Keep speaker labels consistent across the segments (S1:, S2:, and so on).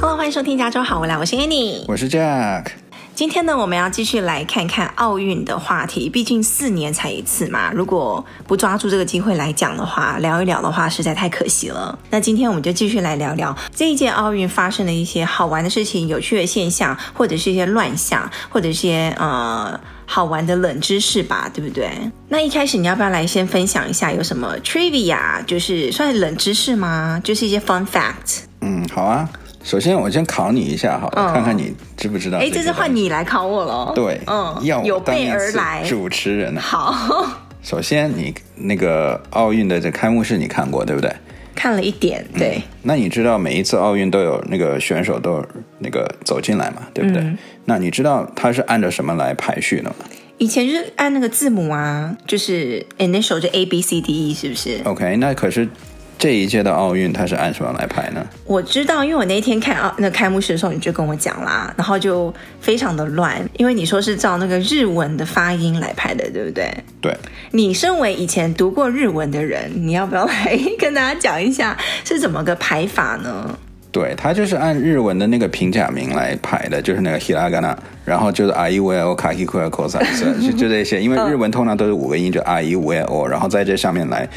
S1: Hello，欢迎收听《加州好无聊》，我是 Annie，
S2: 我是 Jack。
S1: 今天呢，我们要继续来看看奥运的话题，毕竟四年才一次嘛，如果不抓住这个机会来讲的话，聊一聊的话，实在太可惜了。那今天我们就继续来聊聊这一届奥运发生的一些好玩的事情、有趣的现象，或者是一些乱象，或者是一些呃好玩的冷知识吧，对不对？那一开始你要不要来先分享一下有什么 trivia，就是啊算是冷知识吗？就是一些 fun fact。
S2: 嗯，好啊。首先，我先考你一下好了，
S1: 嗯
S2: 看看你知不知道。
S1: 哎，这次换。你来考我了。
S2: 对，
S1: 嗯，
S2: 要我
S1: 有
S2: 当
S1: 备
S2: 一
S1: 而
S2: 次
S1: 来。
S2: 主持人呢、啊
S1: 好，
S2: 首先，你那个奥运的这开幕式你看过对不对？
S1: 看了一点，对，
S2: 那你知道每一次奥运都有那个选手都有那个走进来嘛，对不对？
S1: 嗯
S2: 那你知道他是按照什么来排序的吗
S1: 以前就是按那个字母啊，就是 initial 就 A B C D E，是不是？
S2: ？OK，那可是这一届的奥运它是按什么来排呢？
S1: 我知道，因为我那天看啊那开幕式的时候，你就跟我讲啦，然后就非常的乱，因为你说是照那个日文的发音来排的，对不对？
S2: 对，
S1: 你身为以前读过日文的人，你要不要来 跟大家讲一下是怎么个排法呢？
S2: 对，它就是按日文的那个平假名来排的，就是那个 hiragana，然后就是 i u e o k a h i k u e k o s a s 就就这些，因为
S1: 嗯
S2: 日文通常都是五个音，就 i u e o，然后在这上面来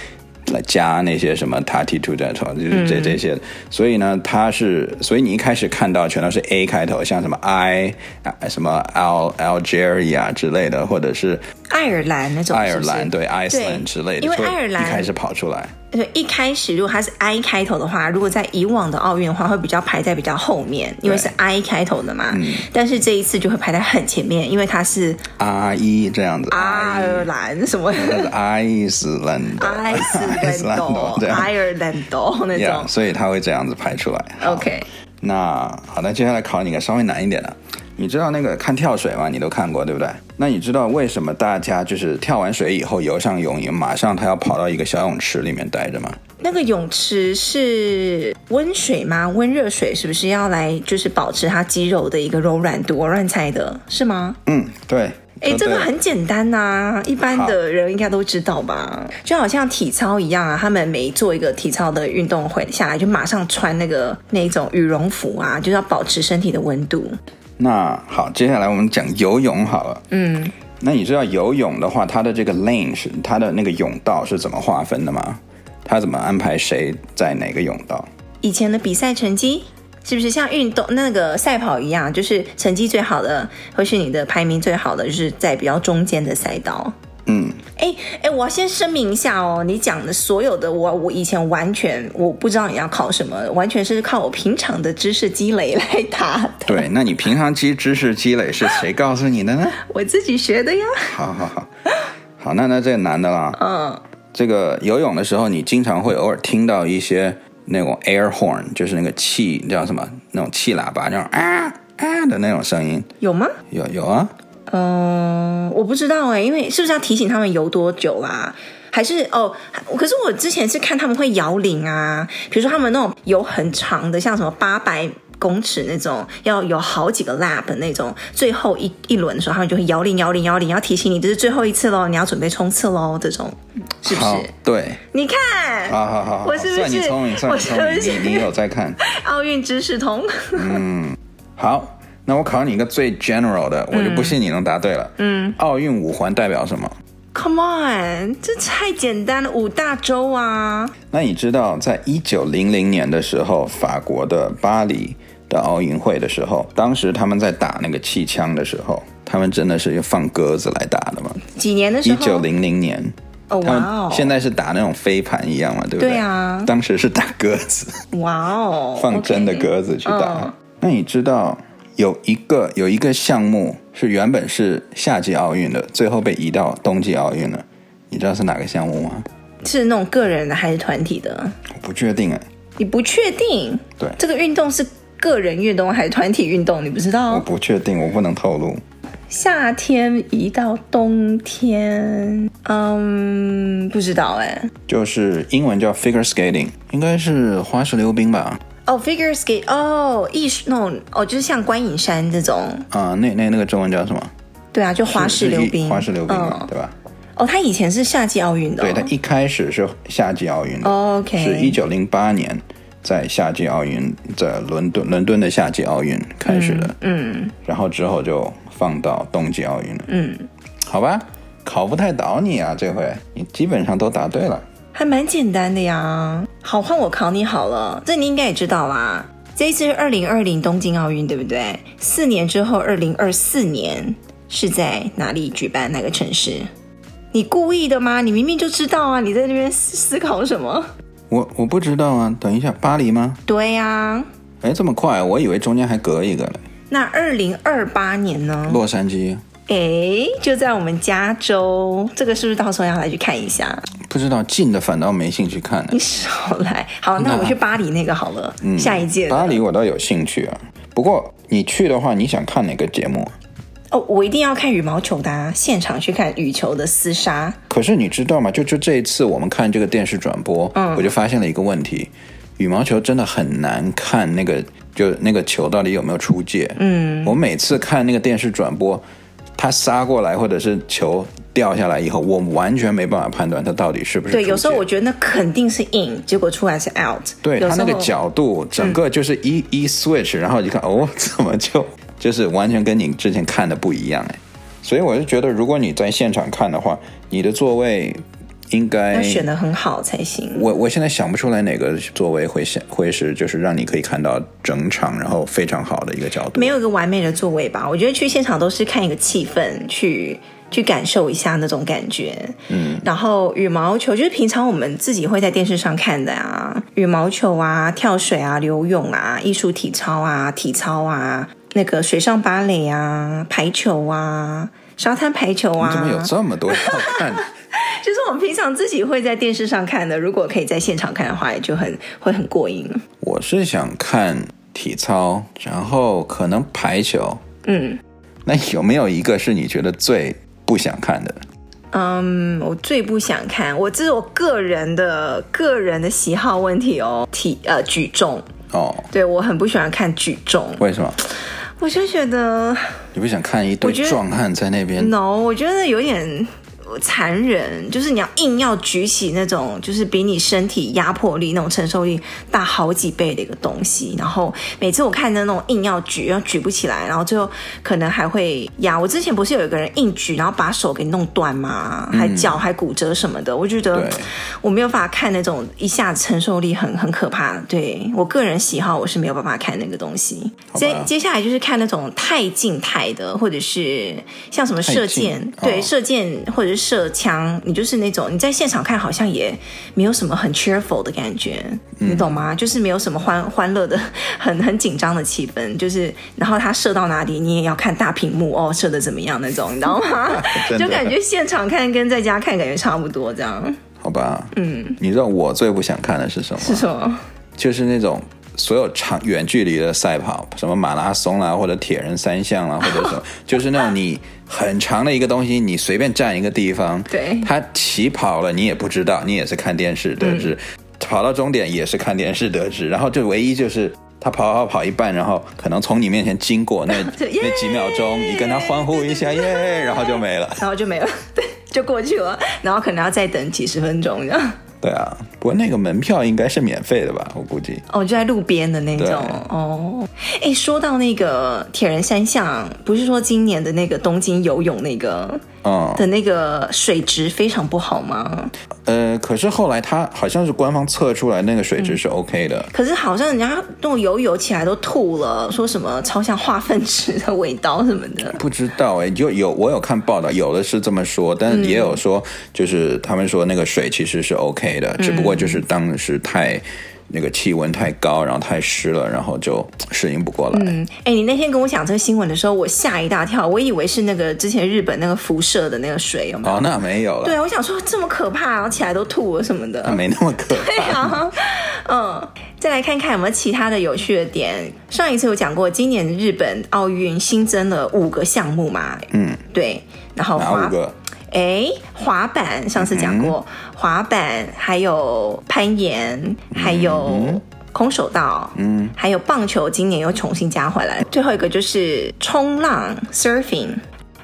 S2: 来加那些什么 tati tu 这就是
S1: 嗯
S2: 这这些，所以呢，它是，所以你一开始看到全都是 a 开头，像什么 i 啊什么 al Algeria 之类的，或者是
S1: 爱尔兰那种
S2: 爱尔
S1: 是不是
S2: 兰对 Iceland 之类的，
S1: 因为
S2: 所以
S1: 爱尔兰
S2: 一开始跑出来。
S1: 而且一开始如果它是 I 开头的话，如果在以往的奥运的话，会比较排在比较后面，因为是 I 开头的嘛。
S2: 嗯
S1: 但是这一次就会排在很前面，因为它是
S2: R 一这样子，
S1: 爱尔兰什 么。
S2: 那是 Iceland，
S1: 爱斯兰岛
S2: Iceland，对，啊
S1: 爱尔兰岛那
S2: Yeah，
S1: 种。
S2: 所以他会这样子排出来。好
S1: OK，
S2: 那好的，接下来考你个稍微难一点的。你知道那个看跳水吗？你都看过对不对？那你知道为什么大家就是跳完水以后游上泳以后，马上他要跑到一个小泳池里面待着吗？
S1: 那个泳池是温水吗？温热水是不是要来就是保持它肌肉的一个柔软度？我乱猜的是吗？
S2: 嗯，对。
S1: 哎，
S2: 说
S1: 这
S2: 对
S1: 个
S2: 了
S1: 很简单呐、一般的人应该都知道吧？就好像体操一样啊，他们每做一个体操的运动会下来，就马上穿那个那种羽绒服啊，就是要保持身体的温度。
S2: 那好，接下来我们讲游泳好了。嗯，那你知道游泳的话，它的这个 lane 是它的那个泳道是怎么划分的吗？它怎么安排谁在哪个泳道？
S1: 以前的比赛成绩是不是像运动那个赛跑一样，就是成绩最好的，或是你的排名最好的，就是在比较中间的赛道？
S2: 嗯，
S1: 哎哎，我要先声明一下哦，你讲的所有的我，我以前完全我不知道你要考什么，完全是靠我平常的知识积累来答的。
S2: 对，那你平常积知识积累是谁告诉你的呢？
S1: 我自己学的呀。
S2: 好好好，好，那那这个男的啦，
S1: 嗯，
S2: 这个游泳的时候，你经常会偶尔听到一些那种 air horn，就是那个气叫什么那种气喇叭，那种啊啊的那种声音，
S1: 有吗？
S2: 有有啊，
S1: 嗯，我不知道哎、因为是不是要提醒他们游多久啦、还是哦，可是我之前是看他们会摇铃啊，比如说他们那种游很长的，像什么八百公尺那种，要有好几个 lap 那种，最后一一轮的时候，他们就会摇铃、摇铃、摇铃，要提醒你这是最后一次喽，你要准备冲刺喽，这种是不
S2: 好
S1: 是？，
S2: 对，啊
S1: 你看
S2: 好好好好，
S1: 我是不是
S2: 算你聪明，算
S1: 我
S2: 你
S1: 是
S2: 聪
S1: 不
S2: 明，
S1: 是
S2: 你你有在看。
S1: 奥运知识通，
S2: 好，那我考你一个最 general 的，我就不信你能答对了。嗯，奥运五环代表什么？
S1: Come on，这太简单了，五大洲啊！
S2: 那你知道，在一九零零年的时候，法国的巴黎的奥运会的时候，当时他们在打那个气枪的时候，他们真的是用放鸽子来打的吗？
S1: 几年的时
S2: 一
S1: 候，
S2: 九零零年，
S1: 哦，
S2: 他
S1: 哇哦
S2: 们，现在是打那种飞盘一样嘛，对不对？
S1: 对啊
S2: 当时是打鸽子，
S1: 哇哦，
S2: 放真的
S1: OK 嗯
S2: 鸽子去打。那你知道有一个有一个项目是原本是夏季奥运的，最后被移到冬季奥运了，你知道是哪个项目吗？
S1: 是那种个人的还是团体的？
S2: 我不确定哎，
S1: 你不确定？
S2: 对
S1: 这个运动是个人运动还是团体运动？你不知
S2: 我
S1: 道？
S2: 不确定，我不能透露。
S1: 夏天移到冬天，嗯，不知道哎、
S2: 就是英文叫 figure skating，应该是花式溜冰吧？
S1: 哦，figure skate，哦，艺术那种，哦，就是像观影山这种，
S2: 啊、那那那个中文叫什么？
S1: 对啊，就花式
S2: 是
S1: 溜
S2: 一
S1: 冰，
S2: 花式溜冰啊嘛，
S1: 嗯，
S2: 对吧？
S1: 哦，他以前是夏季奥运的哦、
S2: 对，它一开始是夏季奥运的
S1: 哦，OK
S2: 是一九零八年在夏季奥运，在伦敦伦敦的夏季奥运开始的，
S1: 嗯
S2: 然后之后就放到冬季奥运了，
S1: 嗯，
S2: 好吧？考不太倒你啊，这回你基本上都答对了。
S1: 还蛮简单的呀。好，换我考你好了，这你应该也知道啦。这一次是二零二零东京奥运，对不对？四年之后，二零二四年是在哪里举办？哪个城市？你故意的吗？你明明就知道啊！你在那边思思考什么？
S2: 我我不知道啊，等一下，巴黎吗？
S1: 对呀、
S2: 哎，这么快，我以为中间还隔一个嘞。
S1: 那二零二八年呢？
S2: 洛杉矶，
S1: 诶，就在我们加州，这个是不是到时候要来去看一下？
S2: 不知道近的反倒没兴趣看
S1: 你
S2: 呢。
S1: 少来，嗯好，嗯那我去巴黎那个好了，下一届的
S2: 巴黎我倒有兴趣啊，不过你去的话，你想看哪个节目？
S1: 哦，我一定要看羽毛球的、啊，现场去看羽球的厮杀。
S2: 可是你知道吗？就就这一次我们看这个电视转播，
S1: 嗯
S2: 我就发现了一个问题：羽毛球真的很难看那个，就那个球到底有没有出界。嗯，我每次看那个电视转播，他杀过来或者是球掉下来以后，我完全没办法判断它到底是不是
S1: 对，
S2: 出
S1: 有时候
S2: 界
S1: 我觉得那肯定是 in，结果出来是 out。
S2: 对
S1: 有嗯
S2: 他
S1: 时
S2: 那
S1: 候
S2: 个角度，整个就是一一 switch，然后你看哦， 怎么就就是完全跟你之前看的不一样哎，所以我是觉得，如果你在现场看的话，你的座位应该
S1: 要选的很好才行。
S2: 我我现在想不出来哪个座位会显会是就是让你可以看到整场，然后非常好的一个角度。
S1: 没有一个完美的座位吧？我觉得去现场都是看一个气氛，去去感受一下那种感觉。嗯，然后羽毛球就是平常我们自己会在电视上看的啊，羽毛球啊、跳水啊、游泳啊、艺术体操啊、体操啊、那个水上芭蕾啊、排球啊、沙滩排球
S2: 你怎么有
S1: 啊，
S2: 这么多要看 的？
S1: 就是我们平常自己会在电视上看的。如果可以在现场看的话，也就很会很过瘾。
S2: 我是想看体操，然后可能排球。
S1: 嗯
S2: 那有没有一个是你觉得最不想看的？
S1: 嗯，我最不想看，我这是我个人的个人的喜好问题哦。体呃举重，
S2: 哦，
S1: 对我很不喜欢看举重，
S2: 为什么？
S1: 我就觉得
S2: 你不想看一堆
S1: 我觉得
S2: 壮汉在那边
S1: no，我觉得有点残忍，就是你要硬要举起那种就是比你身体压迫力、那种承受力大好几倍的一个东西，然后每次我看着那种硬要举，然后举不起来，然后最后可能还会压。我之前不是有一个人硬举，然后把手给弄断嘛，
S2: 嗯
S1: 还脚还骨折什么的，我就觉得
S2: 对
S1: 我没有办法看那种一下子承受力很很可怕。对我个人喜好，我是没有办法看那个东西。
S2: 吧
S1: 接接下来就是看那种太静态的，或者是像什么射箭，
S2: 太近
S1: 对、
S2: 哦？
S1: 射箭或者是射枪，你就是那种你在现场看好像也没有什么很 cheerful 的感觉，你懂吗？就是没有什么欢 欢乐的、很很紧张的气氛，就是然后他射到哪里，你也要看大屏幕哦，射的怎么样那种，你知道吗
S2: 真的
S1: 就感觉现场看跟在家看感觉差不多，这样
S2: 好吧？嗯，你知道我最不想看的是什么吗？
S1: 是什么？
S2: 就是那种所有长远距离的赛跑，什么马拉松啦，或者铁人三项啊啦，或者什 么，就是那种你很长的一个东西，你随便站一个地方，
S1: 对嗯
S2: 它起跑了你也不知道，你也是看电视得知，跑到终点也是看电视得知，然后就唯一就是。他跑跑跑一半，然后可能从你面前经过那
S1: 就耶
S2: 那几秒钟，你跟他欢呼一下耶，然后就没了。
S1: 然后就没了， 对，就过去了，然后可能要再等几十分钟这样。
S2: 对啊，不过那个门票应该是免费的吧？我估计。
S1: 哦，就在路边的那
S2: 对
S1: 种哦。哎，说到那个铁人三项，不是说今年的那个东京游泳那个
S2: 嗯，
S1: 的那个水质非常不好吗？
S2: 呃，可是后来他好像是官方测出来那个水质是
S1: 嗯
S2: OK 的，
S1: 可是好像人家那种游泳起来都吐了，说什么超像化粪池的味道什么的。
S2: 不知道哎，就有我有看报道，有的是这么说，但也有说就是他们说那个水其实是
S1: 嗯
S2: OK 的，只不过就是当时太那个气温太高，然后太湿了，然后就适应不过来。
S1: 嗯，哎，你那天跟我讲这个新闻的时候，我吓一大跳，我以为是那个之前日本那个辐射的那个水，有没有？
S2: 哦，那没有了，
S1: 对，我想说这么可怕，然后起来都吐了什么的。
S2: 那没那么 可怕。
S1: 好，啊嗯，再来看看有没有其他的有趣的点。上一次有讲过，今年日本奥运新增了五个项目嘛？嗯，对。然后
S2: 哪
S1: 滑
S2: 五，个？
S1: 哎，滑板上次讲过，滑板还有攀岩，还有空手道，嗯，还有棒球，今年又重新加回来。最后一个就是冲浪 （surfing）。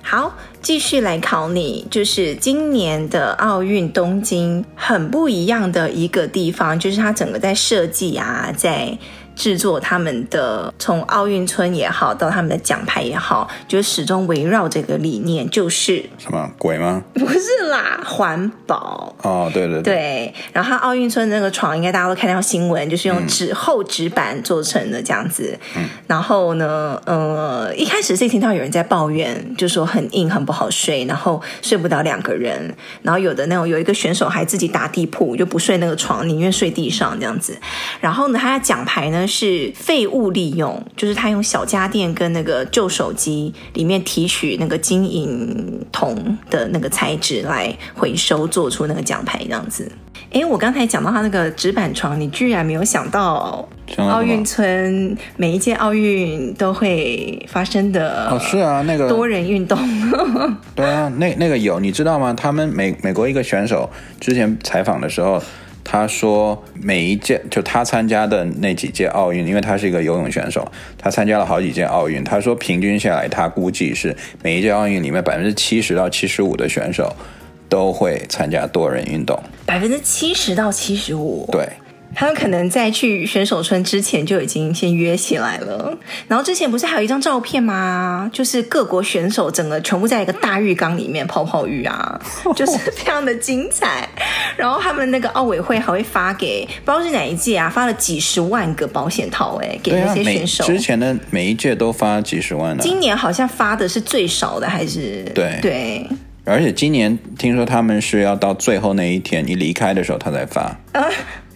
S1: 好，继续来考你，就是今年的奥运东京很不一样的一个地方，就是它整个在设计啊，在制作他们的从奥运村也好，到他们的奖牌也好，就始终围绕这个理念，就是
S2: 什么鬼吗？
S1: 不是啦，环保。
S2: 哦，对对对，
S1: 对，然后它奥运村那个床，应该大家都看到新闻，就是用纸、厚纸板做成的这样子。然后呢，呃，一开始是听到有人在抱怨，就说很硬，很不好睡，然后睡不了两个人。然后有的那种有一个选手还自己打地铺，就不睡那个床，宁愿睡地上这样子。然后呢，他的奖牌呢是废物利用，就是他用小家电跟那个旧手机里面提取那个金银铜的那个材质来回收，做出那个奖牌这样子。诶，我刚才讲到他那个纸板床，你居然没有想到
S2: 想到什么
S1: 奥运村每一届奥运都会发生
S2: 哦
S1: 的
S2: 是啊，那个
S1: 多人运动。
S2: 对啊，那那个有，你知道吗？他们美美国一个选手之前采访的时候，他说每一届就他参加的那几届奥运，因为他是一个游泳选手，他参加了好几届奥运。他说平均下来，他估计是每一届奥运里面百分之七十到七十五的选手都会参加多人运动。
S1: 百分之七十到七十五，
S2: 对，
S1: 他们可能在去选手村之前就已经先约起来了。然后之前不是还有一张照片吗？就是各国选手整个全部在一个大浴缸里面泡泡浴 啊，就是非常的精彩。然后他们那个奥委会还会发给不知道是哪一届啊，发了几十万个保险套、哎，给
S2: 对
S1: 那
S2: 啊，
S1: 些
S2: 每
S1: 选手。
S2: 之前的每一届都发几十万的、
S1: 今年好像发的是最少的，还是
S2: 对
S1: 对。
S2: 而且今年听说他们是要到最后那一天你离开的时候他才发。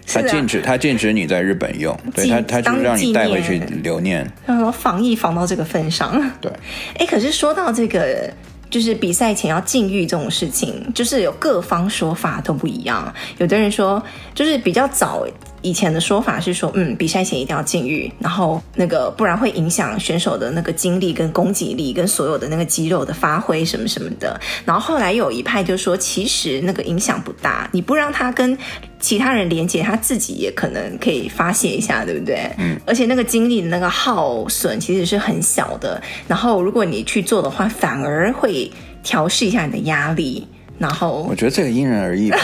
S1: 是
S2: 他
S1: 啊
S2: 禁止他禁止你在日本用，对
S1: 纪
S2: 他他就是让你带回去
S1: 当纪
S2: 留念。
S1: 他说防疫防到这个份上，
S2: 对，
S1: 哎，可是说到这个，就是比赛前要禁欲这种事情，就是有各方说法都不一样。有的人说，就是比较早以前的说法是说，嗯，比赛前一定要禁欲，然后那个不然会影响选手的那个精力跟攻击力跟所有的那个肌肉的发挥什么什么的。然后后来有一派就说，其实那个影响不大，你不让他跟。其他人连接，他自己也可能可以发泄一下，对不对？嗯。而且那个精力的那个耗损其实是很小的，然后如果你去做的话，反而会调试一下你的压力。然后
S2: 我觉得这个因人而异 吧。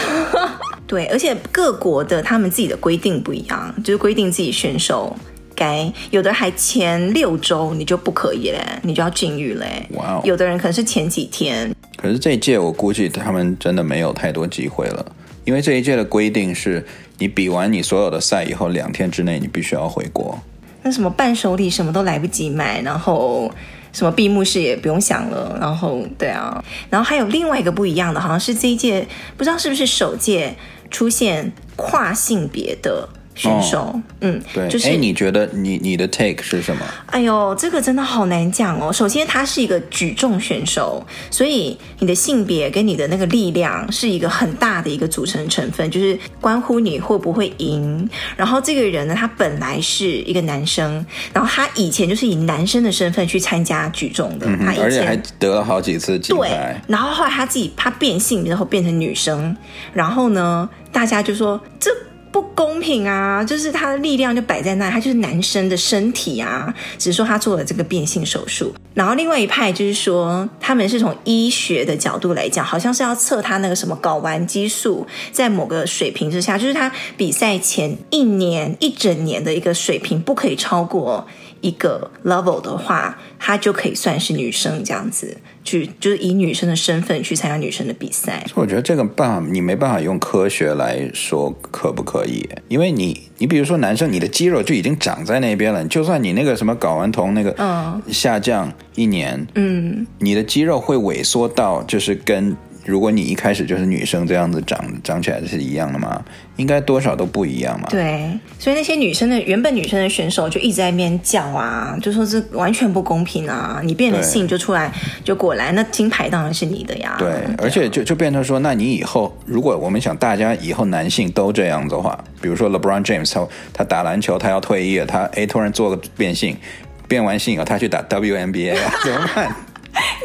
S1: 对，而且各国的他们自己的规定不一样，就是规定自己选手该有的还前六周你就不可以嘞，你就要禁欲嘞。
S2: 哇哦
S1: 有的人可能是前几天，
S2: 可是这一届我估计他们真的没有太多机会了，因为这一届的规定是你比完你所有的赛以后两天之内你必须要回国。
S1: 那什么伴手礼什么都来不及买，然后什么闭幕式也不用想了，然后对啊，然后还有另外一个不一样的，好像是这一届不知道是不是首届出现跨性别的选手，嗯，
S2: 哦对，
S1: 就是
S2: 哎，你觉得你你的 take 是什么？
S1: 哎呦，这个真的好难讲哦。首先，他是一个举重选手，所以你的性别跟你的那个力量是一个很大的一个组成成分，就是关乎你会不会赢。然后这个人呢，他本来是一个男生，然后他以前就是以男生的身份去参加举重的，他以前
S2: 嗯而且还得了好几次金
S1: 对
S2: 牌，，
S1: 然后后来他自己他变性，然后变成女生，然后呢，大家就说这不公平啊，就是他的力量就摆在那，他就是男生的身体啊，只是说他做了这个变性手术。然后另外一派就是说，他们是从医学的角度来讲，好像是要测他那个什么睾丸激素在某个水平之下，就是他比赛前一年一整年的一个水平不可以超过一个 level 的话，她就可以算是女生这样子，去就是以女生的身份去参加女生的比赛。
S2: 我觉得这个办法你没办法用科学来说可不可以，因为你你比如说男生，你的肌肉就已经长在那边了，就算你那个什么睾丸酮那个
S1: 嗯
S2: 下降一年，
S1: 嗯，
S2: 你的肌肉会萎缩到就是跟如果你一开始就是女生这样子长长起来是一样的吗？应该多少都不一样嘛。
S1: 对，所以那些女生的原本女生的选手就一直在那边叫啊，就说这完全不公平啊！你变了
S2: 对
S1: 性就出来就果然那金牌当然是你的呀。
S2: 对，而且就就变成说，那你以后如果我们想大家以后男性都这样子的话，比如说 LeBron James，他他打篮球，他要退役了，他哎突然做个变性，变完性以后他去打 WNBA 啊 怎么办？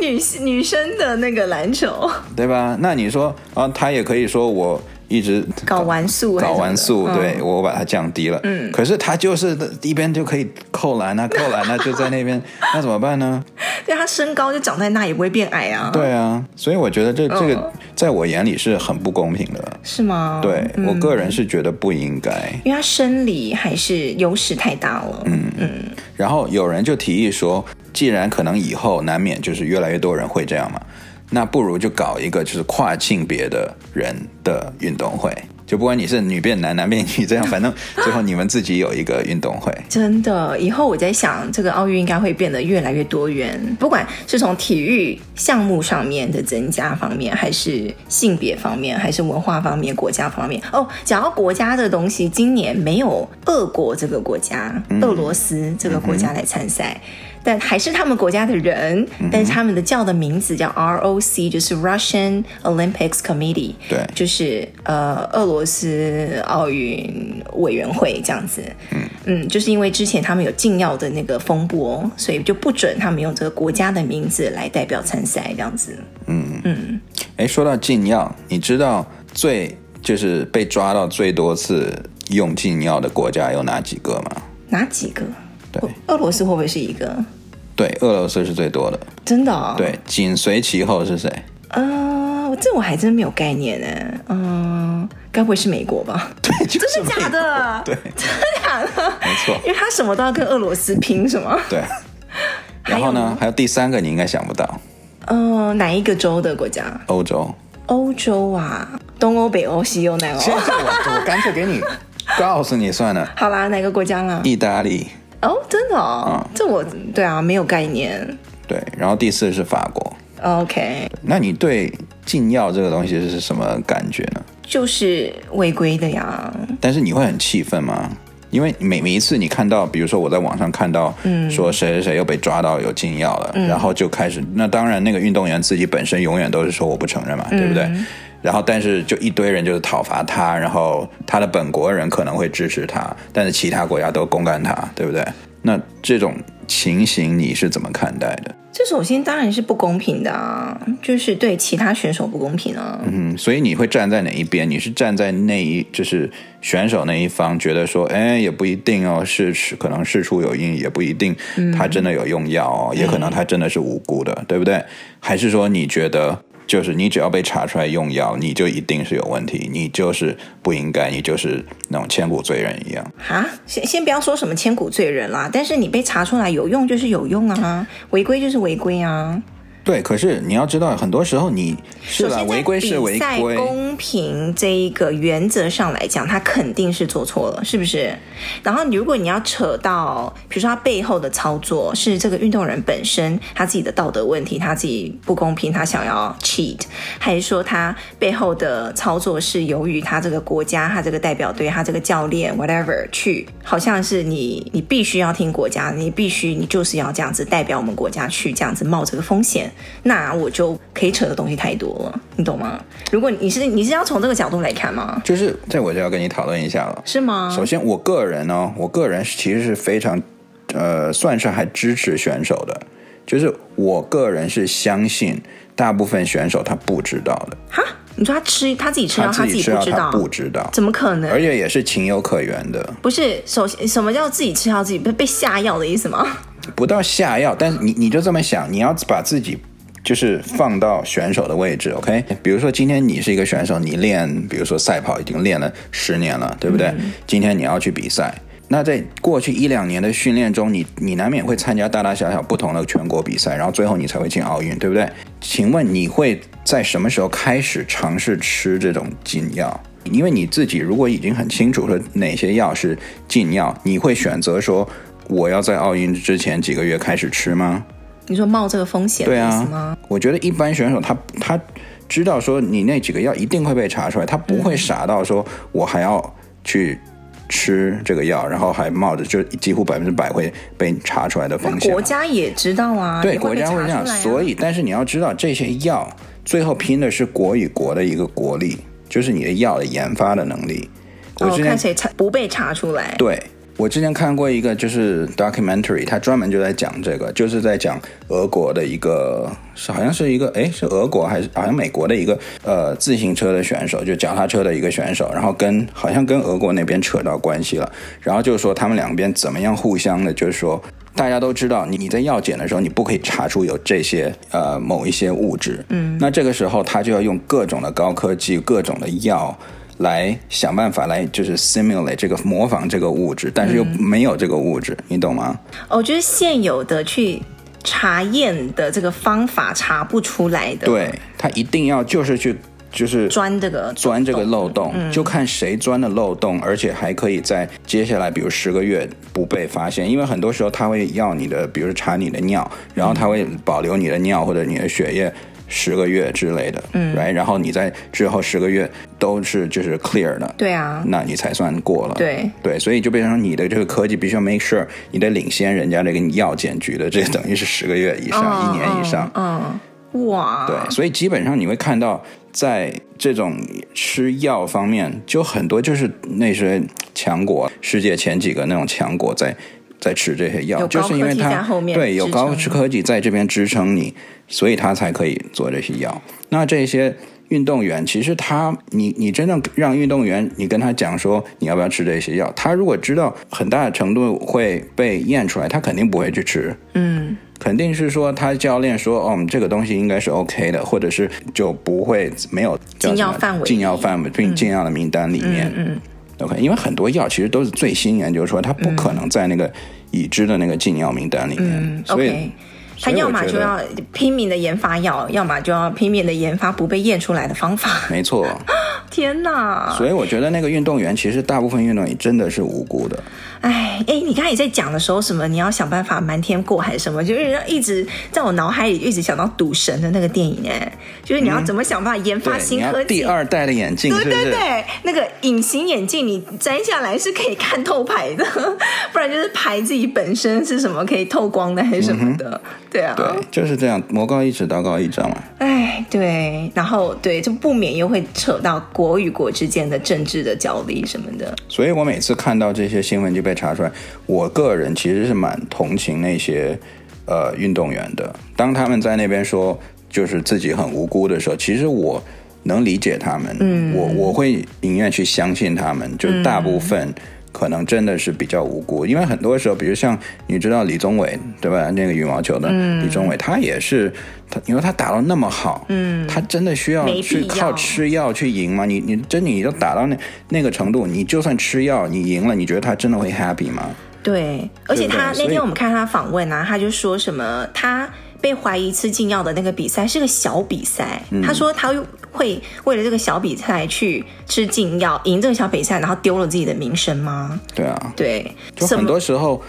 S1: 女女生的那个篮球，
S2: 对吧？那你说啊，他也可以说我一直
S1: 搞完速还是
S2: 搞完速，
S1: 什么的嗯
S2: 对我把它降低了。嗯，可是他就是一边就可以扣篮 啊，扣篮啊，就在那边，那怎么办呢？
S1: 对他身高就长在那，也不会变矮啊，
S2: 对啊，所以我觉得这这个
S1: 嗯
S2: 在我眼里是很不公平的。
S1: 是吗？
S2: 对我个
S1: 嗯
S2: 人是觉得不应该。
S1: 因为他生理还是优势太大了。嗯嗯，
S2: 然后有人就提议说，既然可能以后难免就是越来越多人会这样嘛，那不如就搞一个就是跨性别的人的运动会，就不管你是女变男、男变女这样，反正最后你们自己有一个运动会。
S1: 真的，以后我在想，这个奥运应该会变得越来越多元，不管是从体育项目上面的增加方面，还是性别方面，还是文化方面、国家方面。哦，讲到国家的东西，今年没有俄国这个国家，俄罗斯这个国家来参赛。但还是他们国家的人，但是他们的叫的名字叫 ROC，就是 Russian Olympics Committee，
S2: 对
S1: 就是呃俄罗斯奥运委员会这样子。嗯就是因为之前他们有禁药的那个风波，所以就不准他们用这个国家的名字来代表参赛这样子。
S2: 哎，说到禁药，你知道最就是被抓到最多次用禁药的国家有哪几个吗？
S1: 哪几个？
S2: 对
S1: 俄罗斯会不会是一个？
S2: 对，俄罗斯是最多的，
S1: 真的、哦？。
S2: 对，紧随其后是谁？
S1: 呃，这我还真没有概念呢。嗯、该不会是美国 吧？
S2: 对，就
S1: 真的假的？
S2: 对，
S1: 假的。
S2: 没错，
S1: 因为他什么都要跟俄罗斯拼，是吗？
S2: 对。然后呢，还有第三个你应该想不到，
S1: 嗯、哪一个州的国家？
S2: 欧洲。
S1: 欧洲啊，东欧、北欧、西欧、南
S2: 现
S1: 欧。
S2: 在我我干脆给你告诉你算了，
S1: 好啦，哪个国家啦？
S2: 意大利
S1: 哦，真的哦，
S2: 嗯
S1: 这我对啊，没有概念。
S2: 对，然后第四是法国。
S1: OK，
S2: 那你对禁药这个东西是什么感觉呢？
S1: 就是违规的呀。
S2: 但是你会很气愤吗？因为每每一次你看到，比如说我在网上看到，嗯，说谁谁谁又被抓到有禁药了，然后就开始，那当然那个运动员自己本身永远都是说我不承认嘛，对不对？然后但是就一堆人就是讨伐他，然后他的本国人可能会支持他，但是其他国家都公干他，对不对？那这种情形你是怎么看待的？
S1: 这首先当然是不公平的啊，就是对其他选手不公平啊。
S2: 嗯，所以你会站在哪一边？你是站在那一就是选手那一方，觉得说，哎，也不一定哦，是是可能事出有因，也不一定
S1: 嗯
S2: 他真的有用药哦，也可能他真的是无辜的，对不对？还是说你觉得就是你只要被查出来用药，你就一定是有问题，你就是不应该，你就是那种千古罪人一样？
S1: 啊，先先不要说什么千古罪人啦，但是你被查出来有用就是有用啊，违规就是违规啊。
S2: 对，可是你要知道，很多时候你是
S1: 首
S2: 啦，
S1: 先，在
S2: 违规是违
S1: 比赛
S2: 规，
S1: 公平这一个原则上来讲，他肯定是做错了，是不是？然后，如果你要扯到，比如说他背后的操作是这个运动人本身他自己的道德问题，他自己不公平，他想要 cheat，还是说他背后的操作是由于他这个国家、他这个代表队、他这个教练 whatever 去，好像是你你必须要听国家，你必须你就是要这样子代表我们国家去这样子冒这个风险，那我就可以扯的东西太多了，你懂吗？如果你是你是要从这个角度来看吗？
S2: 就是这我就要跟你讨论一下了。
S1: 是吗？
S2: 首先，我个人呢、我个人是其实是非常，呃，算是还支持选手的，就是我个人是相信大部分选手他不知道的，
S1: 哈，你说他吃他自己吃药，
S2: 自
S1: 自
S2: 己
S1: 己
S2: 吃
S1: 不
S2: 药
S1: 知
S2: 他
S1: 道，
S2: 不知道，
S1: 怎么可能
S2: 而？且也是情有可原的，
S1: 不是，首先什么叫自己吃药自己被被下药的意思吗？
S2: 不到下药，但是你你就这么想，你要把自己。就是放到选手的位置，OK？比如说今天你是一个选手，你练，比如说赛跑已经练了十年了，对不对？今天你要去比赛，那在过去一两年的训练中，你你难免会参加大大小小不同的全国比赛，然后最后你才会进奥运，对不对？请问你会在什么时候开始尝试吃这种禁药？因为你自己如果已经很清楚了哪些药是禁药，你会选择说我要在奥运之前几个月开始吃吗？
S1: 你说冒这个风险的
S2: 对
S1: 意思
S2: 啊
S1: 吗？
S2: 我觉得一般选手他他知道说你那几个药一定会被查出来，他不会傻到说我还要去吃这个药，然后还冒着就几乎百分之百会被查出来的风险嘛。
S1: 国家也知道啊，
S2: 对
S1: 也
S2: 国
S1: 被
S2: 家
S1: 查
S2: 会
S1: 出
S2: 这样，
S1: 来啊
S2: 所以但是你要知道这些药最后拼的是国与国的一个国力，就是你的药的研发的能力。我
S1: 哦
S2: 之，前
S1: 看谁查不被查出来。
S2: 对，我之前看过一个就是 documentary，它专门就在讲这个，就是在讲俄国的一个是好像是一个诶，是俄国还是好像美国的一个呃自行车的选手，就脚踏车的一个选手，然后跟好像跟俄国那边扯到关系了，然后就是说他们两边怎么样互相的，就是说大家都知道，你你在药检的时候，你不可以查出有这些呃某一些物质。嗯，那这个时候他就要用各种的高科技、各种的药来想办法来就是 simulate 这个模仿这个物质，但是又没有这个物质，你懂吗？
S1: 哦，就是现有的去查验的这个方法查不出来的，，
S2: 对他一定要就是去就是
S1: 钻这个
S2: 钻这个漏洞，就看谁钻的漏洞，而且还可以在接下来，比如十个月不被发现，因为很多时候他会要你的，比如查你的尿，然后他会保留你的尿或者你的血液。十个月之类的，嗯，然后你在之后十个月都是就是 clear 的，
S1: 对啊，
S2: 那你才算过了。
S1: 对
S2: 对，所以就变成你的这个科技必须要 make sure 你得领先人家这个药检局的，这等于是十个月以上、一年以上，
S1: 嗯，嗯哇，
S2: 对，所以基本上你会看到，在这种吃药方面，就很多就是那些强国，世界前几个那种强国在在吃这些药，
S1: 有
S2: 就
S1: 高
S2: 是因为
S1: 科技在
S2: 它
S1: 后面
S2: 对有
S1: 支
S2: 高
S1: 撑
S2: 科技在这边支撑你，所以他才可以做这些药。那这些。运动员其实他，你你真正让运动员，你跟他讲说你要不要吃这些药，他如果知道很大的程度会被验出来，他肯定不会去吃。肯定是说他教练说，哦，我们这个东西应该是 OK 的，或者是就不会没有叫
S1: 禁药
S2: 什么
S1: 范围嗯
S2: 禁药范围并禁药的名单里面。嗯 OK，因为很多药其实都是最新研究出来，它不可能在那个已知的那个禁药名单里面，所以。
S1: 嗯 OK。他
S2: 所以
S1: 要
S2: 我
S1: 么
S2: 觉
S1: 就
S2: 得
S1: 要拼命的研发药，要么就要拼命的研发不被验出来的方法。
S2: 没错，
S1: 天哪！
S2: 所以我觉得那个运动员其实大部分运动员真的是无辜的，
S1: 哎哎，你刚才也在讲的时候，什么你要想办法瞒天过海什么，就是一直在我脑海里一直想到赌神的那个电影，哎，就是你要怎么想办法研发
S2: 对，你
S1: 新科
S2: 要
S1: 技。
S2: 嗯第二代的眼镜是
S1: 对
S2: 不是？
S1: 对对，那个隐形眼镜你摘下来是可以看透牌的， 不然就是牌自己本身是什么可以透光的还是什么的，对啊，
S2: 嗯对就是这样，魔高一尺，道高一丈嘛。
S1: 哎对，然后对就不免又会扯到国与国之间的政治的角力什么的，
S2: 所以我每次看到这些新闻就被查出来，我个人其实是蛮同情那些呃运动员的。当他们在那边说就是自己很无辜的时候，其实我能理解他们，嗯，我我会宁愿去相信他们，就大部分。可能真的是比较无辜，因为很多时候，比如像你知道李宗伟对吧？那个羽毛球的、李宗伟，
S1: 嗯
S2: 他也是他，你说他打到那么好，嗯，他真的需要
S1: 没必
S2: 去靠
S1: 要
S2: 吃药去赢吗？你你真你都打到那那个程度，你就算吃药你赢了，你觉得他真的会 happy 吗？
S1: 对，而且他
S2: 对所以
S1: 那天我们看他访问啊，他就说什么他。被怀疑吃禁药的那个比赛是个小比赛，
S2: 嗯
S1: 他说他会为了这个小比赛去吃禁药，赢这个小比赛，然后丢了自己的名声吗？
S2: 对啊，
S1: 对，
S2: 就
S1: 什
S2: 很
S1: 么
S2: 多时候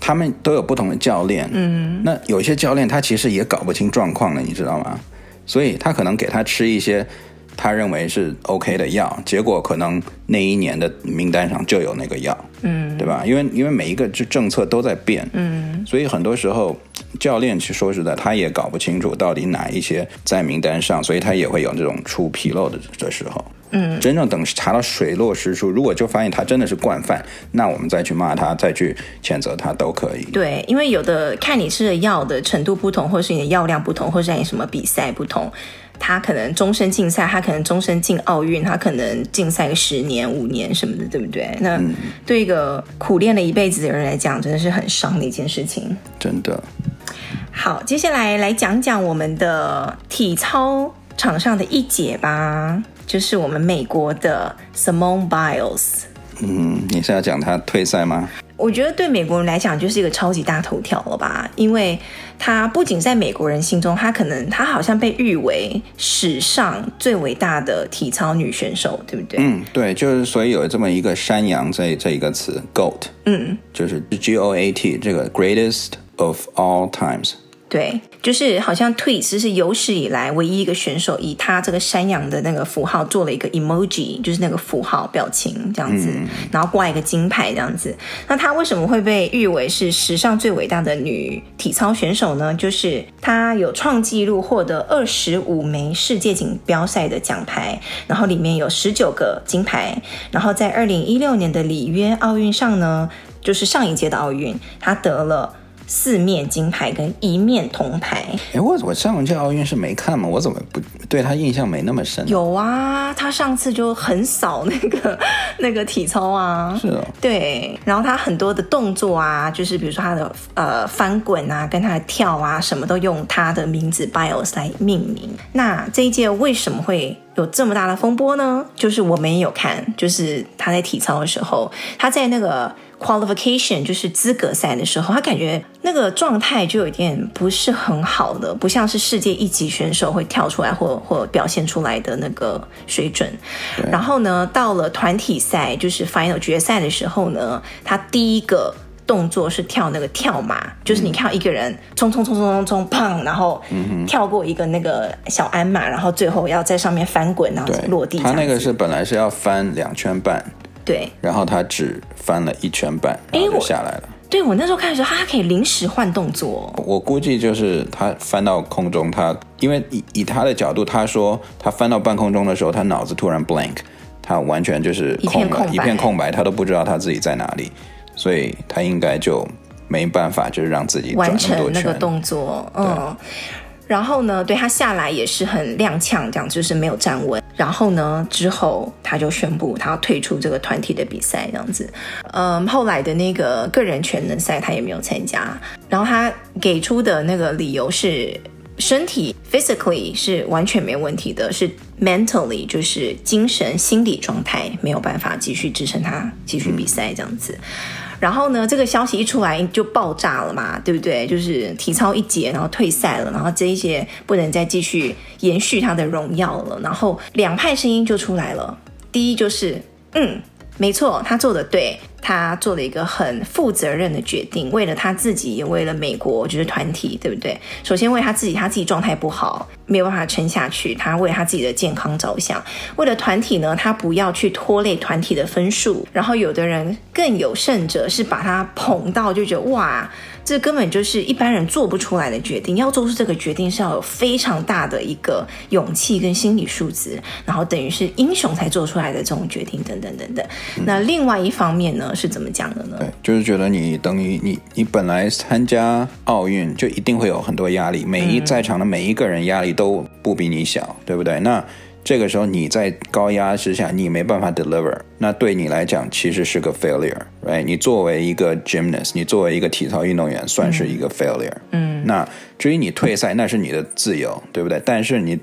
S2: 他们都有不同的教练，嗯，那有些教练他其实也搞不清状况了，你知道吗？所以他可能给他吃一些他认为是 OK 的药，结果可能那一年的名单上就有那个药，嗯，对吧？因为因为每一个这政策都在变，嗯，所以很多时候教练其实说实在他也搞不清楚到底哪一些在名单上，所以他也会有这种出纰漏的的时候。嗯，真正等查到水落石出，如果就发现他真的是惯犯，那我们再去骂他，再去谴责他都可以。
S1: 对，因为有的看你吃的药的程度不同，或是你的药量不同，或是你什么比赛不同，他可能终身竞赛，他可能终身进奥运，他可能竞赛个十年、五年什么的，对不对？那对一个苦练了一辈子的人来讲，真的是很伤的一件事情。
S2: 真的，
S1: 好，接下来来讲讲我们的体操场上的一姐吧，就是我们美国的 Simone Biles。
S2: 嗯，你是要讲他退赛吗？
S1: 我觉得对美国人来讲就是一个超级大头条了吧，因为他不仅在美国人心中，他可能他好像被誉为史上最伟大的体操女选手，对不对？
S2: 嗯，对，就是所以有这么一个“山羊这”这一个词，goat，嗯，就是 G O A T 这个 greatest of all times，
S1: 对，就是好像 Tweets 是有史以来唯一一个选手以他这个山羊的那个符号做了一个 emoji，就是那个符号表情这样子，然后挂一个金牌这样子。那她为什么会被誉为是史上最伟大的女体操选手呢？就是她有创纪录，获得二十五枚世界锦标赛的奖牌，然后里面有十九个金牌，然后在二零一六年的里约奥运上呢，就是上一届的奥运，她得了。四面金牌跟一面铜牌，
S2: 哎，我我上届奥运是没看嘛，我怎么不对他印象没那么深？
S1: 有啊，她上次就很扫那个 那个体操啊，
S2: 是哦，
S1: 对，然后他很多的动作啊，就是比如说他的呃翻滚啊，跟他的跳啊，什么都用他的名字 BIOS 来命名。那这一届为什么会有这么大的风波呢？就是我们也有看，就是他在体操的时候，他在那个 qualification 就是资格赛的时候，他感觉那个状态就有点不是很好的，不像是世界一级选手会跳出来或或表现出来的那个水准。然后呢，到了团体赛就是 final 决赛的时候呢，他第一个动作是跳那个跳马，就是你看到一个人冲冲冲冲冲冲，砰，然后
S2: 嗯
S1: 跳过一个那个小鞍马，然后最后要在上面翻滚，然后
S2: 对，
S1: 啊落地这
S2: 他
S1: 样子。
S2: 那个是本来是要翻两圈半，
S1: 对，
S2: 然后他只翻了一圈半，然
S1: 诶
S2: 后就
S1: 哎我
S2: 下来了。
S1: 对我那时候看的时候，他可以临时换动作哦。
S2: 我估计就是他翻到空中，他因为以以他的角度，他说他翻到半空中的时候，他脑子突然 blank，他完全就是
S1: 一
S2: 空
S1: 片
S2: 了，
S1: 空白
S2: 一片空白，他都不知道他自己在哪里，所以他应该就没办法，就是让自己转
S1: 完
S2: 那么多
S1: 成那
S2: 圈。
S1: 个动作，嗯。然后呢，对他下来也是很踉跄，这样就是没有站稳。然后呢，之后他就宣布他要退出这个团体的比赛，这样子。嗯，后来的那个个人全能赛他也没有参加。然后他给出的那个理由是，身体 physically 是完全没问题的，是 mentally 就是精神心理状态没有办法继续支撑他继续比赛这样子。然后呢，这个消息一出来就爆炸了嘛，对不对？就是体操一节，然后退赛了，然后这一届不能再继续延续他的荣耀了。然后两派声音就出来了，第一就是，嗯，没错，他做的对，他做了一个很负责任的决定，为了他自己，也为了美国，就是团体，对不对？首先为他自己，他自己状态不好，没有办法撑下去，他为他自己的健康着想，为了团体呢，他不要去拖累团体的分数。然后有的人更有甚者是把他捧到就觉得哇，这根本就是一般人做不出来的决定。要做出这个决定是要有非常大的一个勇气跟心理素质，然后等于是英雄才做出来的这种决定，等等等等。那另外一方面呢，是怎么讲的呢？
S2: 对，就是觉得你等于你你本来参加奥运就一定会有很多压力，每一在场的每一个人压力都不比你小，对不对？那这个时候你在高压之下，你没办法 deliver，那对你来讲其实是个 failure，right？你作为一个 gymnast，你作为一个体操运动员，算是一个 failure。嗯，那至于你退赛，那是你的自由，对不对？但是你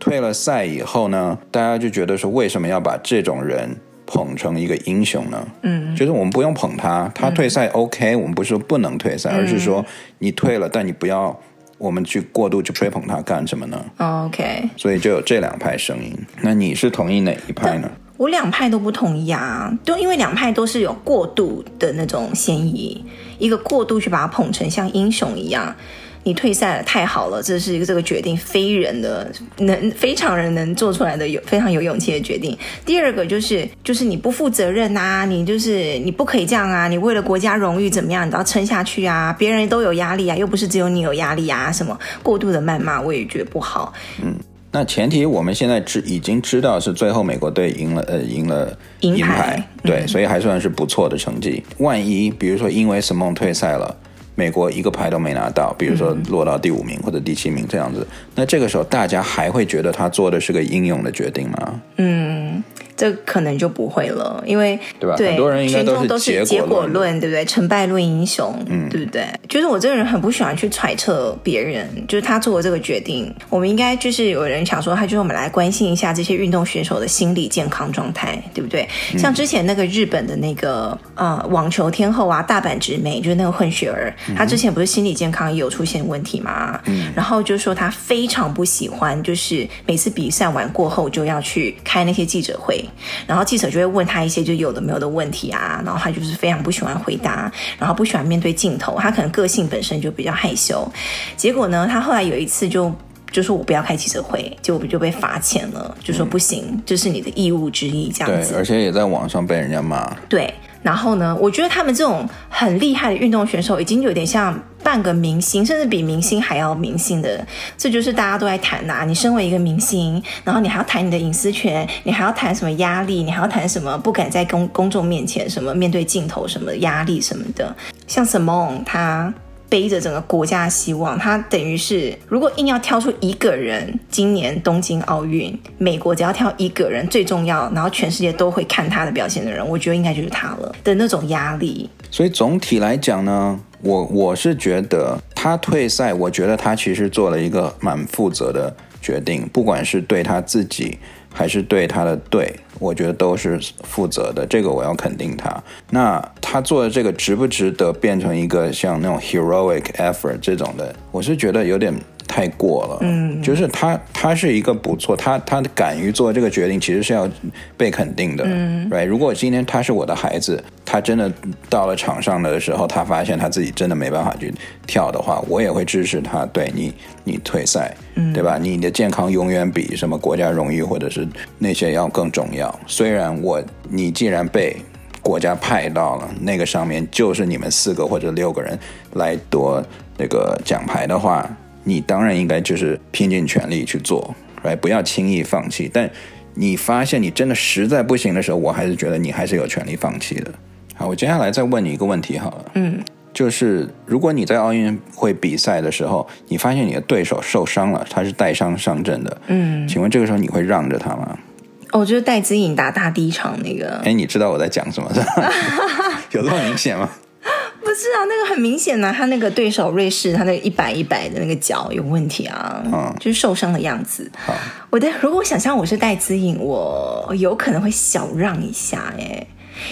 S2: 退了赛以后呢，大家就觉得说，为什么要把这种人捧成一个英雄呢？嗯，就是我们不用捧他，他退赛 OK，、我们不是说不能退赛，而是说你退了，但你不要我们去过度去吹捧他干什么呢？
S1: OK，
S2: 所以就有这两派声音。那你是同意哪一派呢？
S1: 我两派都不同意啊，就因为两派都是有过度的那种嫌疑，一个过度去把他捧成像英雄一样。你退赛了，太好了！这是一个这个决定非人的能非常人能做出来的有非常有勇气的决定。第二个就是就是你不负责任啊，你就是你不可以这样啊，你为了国家荣誉怎么样，你都要撑下去啊，别人都有压力啊，又不是只有你有压力啊，什么过度的谩骂我也觉得不好。
S2: 那前提我们现在知已经知道是最后美国队赢了，呃，赢嗯了
S1: 银牌
S2: 对，所以还算是不错的成绩。万一比如说因为 Simone 退赛了，美国一个牌都没拿到，比如说落到第五名或者第七名这样子，那这个时候大家还会觉得他做的是个英勇的决定吗？
S1: 这可能就不会了，因为
S2: 对吧很多人应该
S1: 群
S2: 都是
S1: 众都是
S2: 结
S1: 结
S2: 果论
S1: 果论，对不对？成败论英雄，嗯，对不对？就是我这个人很不喜欢去揣测别人，就是他做了这个决定，我们应该就是有人想说，他就是我们来关心一下这些运动选手的心理健康状态，对不对？像之前那个日本的那个呃网球天后啊，大阪直美，就是那个混血儿，她之前不是心理健康也有出现问题嘛？然后就说她非常不喜欢，就是每次比赛完过后就要去开那些记者会，对，然后记者就会问他一些就有的没有的问题啊，然后他就是非常不喜欢回答，然后不喜欢面对镜头，他可能个性本身就比较害羞。结果呢，他后来有一次就。就说我不要开记者会，结果我就被罚钱了。就说不行，这是你的义务之一，这样
S2: 对，
S1: 子。
S2: 而且也在网上被人家骂。
S1: 对，然后呢，我觉得他们这种很厉害的运动选手，已经有点像半个明星，甚至比明星还要明星的。这就是大家都在谈呐、你身为一个明星，然后你还要谈你的隐私权，你还要谈什么压力，你还要谈什么不敢在公公众面前什么面对镜头什么压力什么的。像 Simone 他。背着整个国家的希望，他等于是如果硬要挑出一个人，今年东京奥运，美国只要挑一个人最重要，然后全世界都会看他的表现的人，我觉得应该就是他了的那种压力。
S2: 所以总体来讲呢，我我是觉得他退赛，我觉得他其实做了一个蛮负责的决定，不管是对他自己还是对他的队，我觉得都是负责的，这个我要肯定他。那他做的这个值不值得变成一个像那种 heroic effort 这种的，我是觉得有点。太过了，嗯，就是他，他是一个不错，他他敢于做这个决定，其实是要被肯定的，嗯，right？如果今天他是我的孩子，他真的到了场上的时候，他发现他自己真的没办法去跳的话，我也会支持他，对你，你退赛，嗯，对吧？你的健康永远比什么国家荣誉或者是那些要更重要。虽然我，你既然被国家派到了那个上面，就是你们四个或者六个人来夺那个奖牌的话，你当然应该就是拼尽全力去做，来不要轻易放弃。但你发现你真的实在不行的时候，我还是觉得你还是有权利放弃的。好，我接下来再问你一个问题好了，嗯，就是如果你在奥运会比赛的时候，你发现你的对手受伤了，他是带伤上阵的，嗯，请问这个时候你会让着他吗？
S1: 哦，就是戴资颖打大第一场那个，
S2: 哎，你知道我在讲什么？是 吧有这么明显吗？
S1: 不是啊，那个很明显呐、他那个对手瑞士，他那个一摆一摆的那个脚有问题啊，就是受伤的样子。我的如果想象我是戴资颖，我有可能会小让一下哎、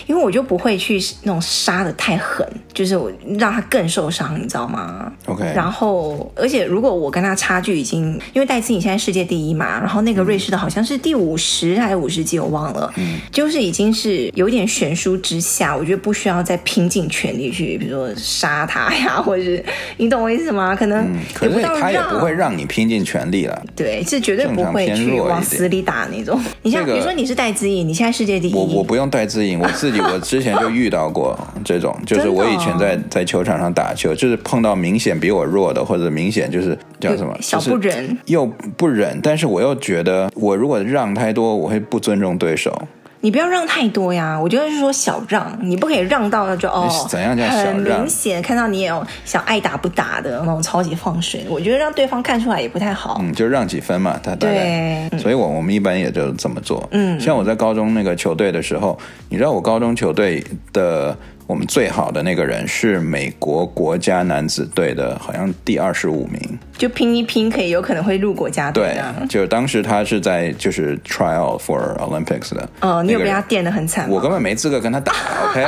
S1: 因为我就不会去那种杀的太狠，就是我让他更受伤，你知道吗
S2: OK
S1: 然后，而且如果我跟他差距已经，因为戴资颖现在世界第一嘛，然后那个瑞士的好像是第五十还是五十几，我忘了，
S2: 嗯
S1: 就是已经是有点悬殊之下，我觉得不需要再拼尽全力去，比如说杀他呀，或者是你懂我意思吗？可能
S2: 嗯可
S1: 也不
S2: 是
S1: 到
S2: 他也
S1: 让，
S2: 不会让你拼尽全力了。
S1: 对，是绝对不会
S2: 正常偏弱
S1: 去
S2: 一点
S1: 往死里打那种。你像、
S2: 这个
S1: 比如说你是戴资颖，你现在世界第一，
S2: 我我不用带自引，我自己我之前就遇到过这种，就是我以前
S1: 哦
S2: 在在球场上打球，就是碰到明显比我弱的，或者明显就是叫什么，
S1: 小
S2: 就是
S1: 不忍。
S2: 又不忍，但是我又觉得我如果让太多，我会不尊重对手。
S1: 你不要让太多呀，我觉得是说小让，你不可以让到就哦，
S2: 怎样叫小让
S1: 很明显看到你也有想爱打不打的那种超级放水，我觉得让对方看出来也不太好。嗯
S2: 嗯，就让几分嘛，他大概，所以我我们一般也就这么做。嗯，像我在高中那个球队的时候，你知道我高中球队的我们最好的那个人是美国国家男子队的，好像第二十五名。
S1: 就拼一拼，可以有可能会入国家队
S2: 对
S1: 啊。，
S2: 就当时他是在就是 trial for Olympics 的。
S1: 呃，你有被
S2: 那个
S1: 他
S2: 人
S1: 电的很惨吗？
S2: 我根本没资格跟 他打，OK。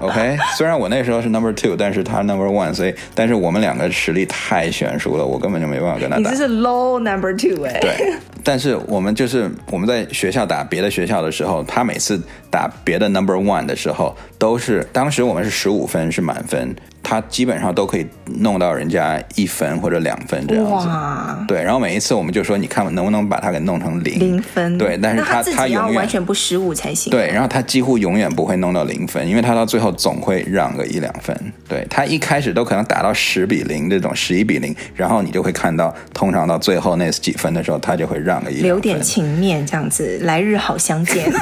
S2: OK，虽然我那时候是 number two，但是他 number one，所以但是我们两个实力太悬殊了，我根本就没办法跟他
S1: 你
S2: 打
S1: 这。是 low number two 哎、
S2: 对，但是我们就是我们在学校打别的学校的时候，他每次打别的 number one 的时候，都是当时我们是十五分是满分，他基本上都可以弄到人家一分或者两分这样子。
S1: 哇，
S2: 对，然后每一次我们就说，你看能不能把它给弄成零？
S1: 零分。
S2: 对，但是
S1: 那他
S2: 他
S1: 自
S2: 他
S1: 己要
S2: 永
S1: 完
S2: 远
S1: 全不失误才行。
S2: 对，然后他几乎永远不会弄到零分，因为他到最后总会让个一两分。对他一开始都可能打到十比零这种，十一比零，然后你就会看到，通常到最后那几分的时候，他就会让个一两分。
S1: 留点情面这样子，来日好相 见， 是不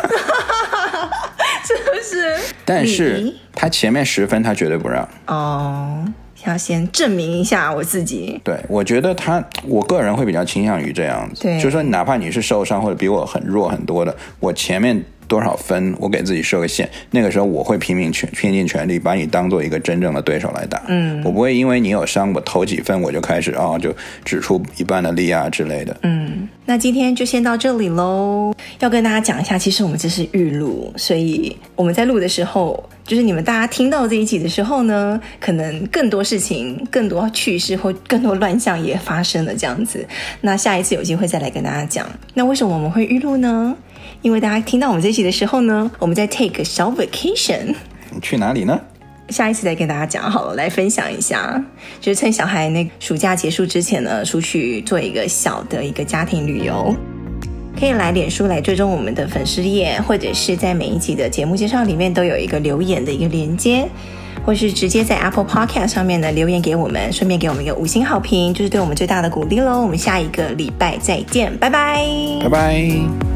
S1: 是？
S2: 但是
S1: 你
S2: 他前面十分他绝对不让。
S1: 哦，要先证明一下我自己。
S2: 对，我觉得他，我个人会比较倾向于这样子，
S1: 对
S2: 就说哪怕你是受伤或者比我很弱很多的，我前面多少分，我给自己设个线，那个时候我会拼命全拼尽全力把你当做一个真正的对手来打，嗯，我不会因为你有伤，我投几分我就开始哦就只出一半的力啊之类的，嗯，
S1: 那今天就先到这里喽。要跟大家讲一下，其实我们这是预录，所以我们在录的时候，就是你们大家听到这一集的时候呢，可能更多事情、更多趣事或更多乱象也发生了这样子。那下一次有机会再来跟大家讲。那为什么我们会预录呢？因为大家听到我们这期的时候呢，我们在 take 小 vacation。
S2: 你去哪里呢？
S1: 下一次再跟大家讲好了，来分享一下，就是趁小孩那暑假结束之前呢，出去做一个小的一个家庭旅游。可以来脸书来追踪我们的粉丝页，或者是在每一集的节目介绍里面都有一个留言的一个连接，或是直接在 Apple Podcast 上面呢留言给我们，顺便给我们一个五星好评，就是对我们最大的鼓励喽。我们下一个礼拜再见，拜拜。
S2: 拜拜。